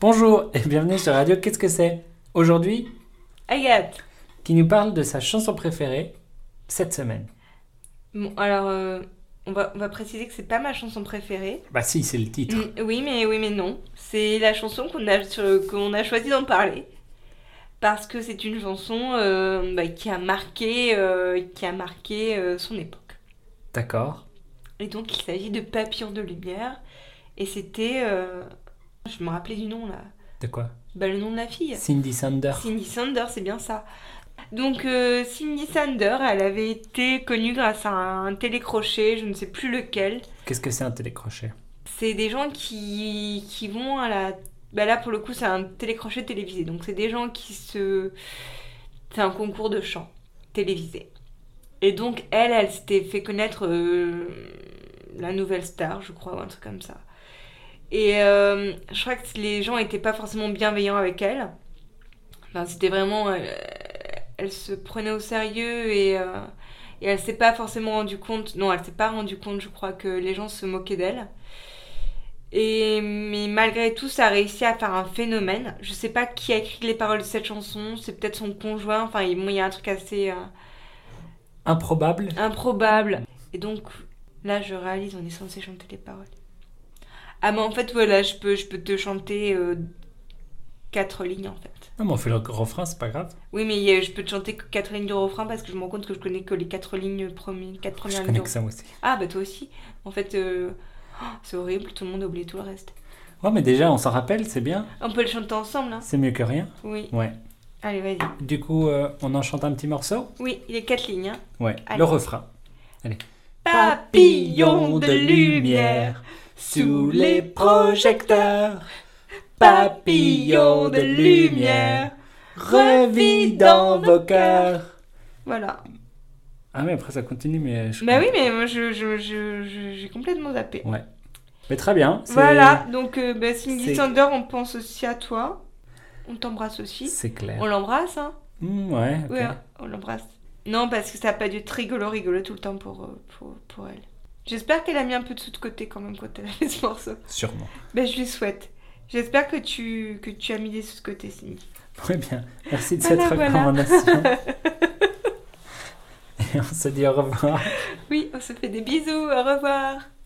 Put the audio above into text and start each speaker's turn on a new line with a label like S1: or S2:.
S1: Bonjour et bienvenue sur Radio Qu'est-ce que c'est Aujourd'hui,
S2: Agathe.
S1: qui nous parle de sa chanson préférée cette semaine.
S2: Bon, alors, euh, on, va, on va préciser que c'est pas ma chanson préférée.
S1: Bah si, c'est le titre.
S2: Mm, oui, mais oui, mais non. C'est la chanson qu'on a, sur- qu'on a choisi d'en parler. Parce que c'est une chanson euh, bah, qui a marqué, euh, qui a marqué euh, son époque.
S1: D'accord.
S2: Et donc, il s'agit de Papillon de lumière. Et c'était. euh, je me rappelais du nom là.
S1: De quoi
S2: Bah, le nom de la fille.
S1: Cindy Sander.
S2: Cindy Sander, c'est bien ça. Donc euh, Cindy Sander, elle avait été connue grâce à un télécrochet, je ne sais plus lequel.
S1: Qu'est-ce que c'est un télécrochet
S2: C'est des gens qui, qui vont à la... Bah là pour le coup c'est un télécrochet télévisé, donc c'est des gens qui se... C'est un concours de chant télévisé. Et donc elle, elle s'était fait connaître euh, la nouvelle star, je crois, ou un truc comme ça. Et euh, je crois que les gens n'étaient pas forcément bienveillants avec elle. Enfin, c'était vraiment. Elle, elle se prenait au sérieux et, euh, et elle s'est pas forcément rendu compte. Non, elle s'est pas rendu compte, je crois, que les gens se moquaient d'elle. Et mais malgré tout, ça a réussi à faire un phénomène. Je sais pas qui a écrit les paroles de cette chanson. C'est peut-être son conjoint. Enfin, il bon, il y a un truc assez euh,
S1: Improbable
S2: improbable. Et donc là, je réalise, on est censé chanter les paroles. Ah mais en fait, voilà, je peux, je peux te chanter euh, quatre lignes en fait.
S1: Non mais on fait le refrain, c'est pas grave.
S2: Oui, mais il y a- je peux te chanter que quatre lignes de refrain parce que je me rends compte que je connais que les quatre lignes premières, quatre
S1: Je
S2: premières lignes.
S1: connais
S2: de
S1: que ça moi aussi.
S2: refrain. Ah bah toi aussi. En fait, euh, oh, c'est horrible. Tout le monde a oublié tout le reste.
S1: Ouais mais déjà on s'en rappelle, c'est bien.
S2: On peut le chanter ensemble, hein
S1: C'est mieux que rien.
S2: Oui.
S1: Ouais.
S2: Allez, vas-y.
S1: Du coup, euh, on en chante un petit morceau
S2: Oui, il est quatre lignes. Hein.
S1: Ouais.
S2: Allez.
S1: Le refrain.
S2: Papillon de lumière sous les projecteurs. Papillon de lumière revis dans vos cœurs. Voilà.
S1: Ah mais après ça continue mais je
S2: Bah oui, mais moi, je je- je- je- j'ai complètement zappé.
S1: Mais très bien. c'est-
S2: Voilà, donc euh, bah, Cindy
S1: c'est-
S2: Sander, on pense aussi à toi. On t'embrasse aussi.
S1: C'est clair.
S2: On hein. l'embrasse, hein
S1: Hmm, ouais. ok.
S2: Ouais, on l'embrasse. Non, parce que ça n'a pas dû être rigolo, rigolo tout le temps pour, euh, pour, pour elle. J'espère qu'elle a mis un peu de sous de côté quand même quand elle a fait ce morceau.
S1: Sûrement.
S2: Ben, je lui souhaite. J'espère que tu, que tu as mis des sous de côté, Cindy.
S1: Très bien. Merci de
S2: Voilà,
S1: cette
S2: voilà.
S1: recommandation. Et on se dit au revoir.
S2: Oui, on se fait des bisous, au revoir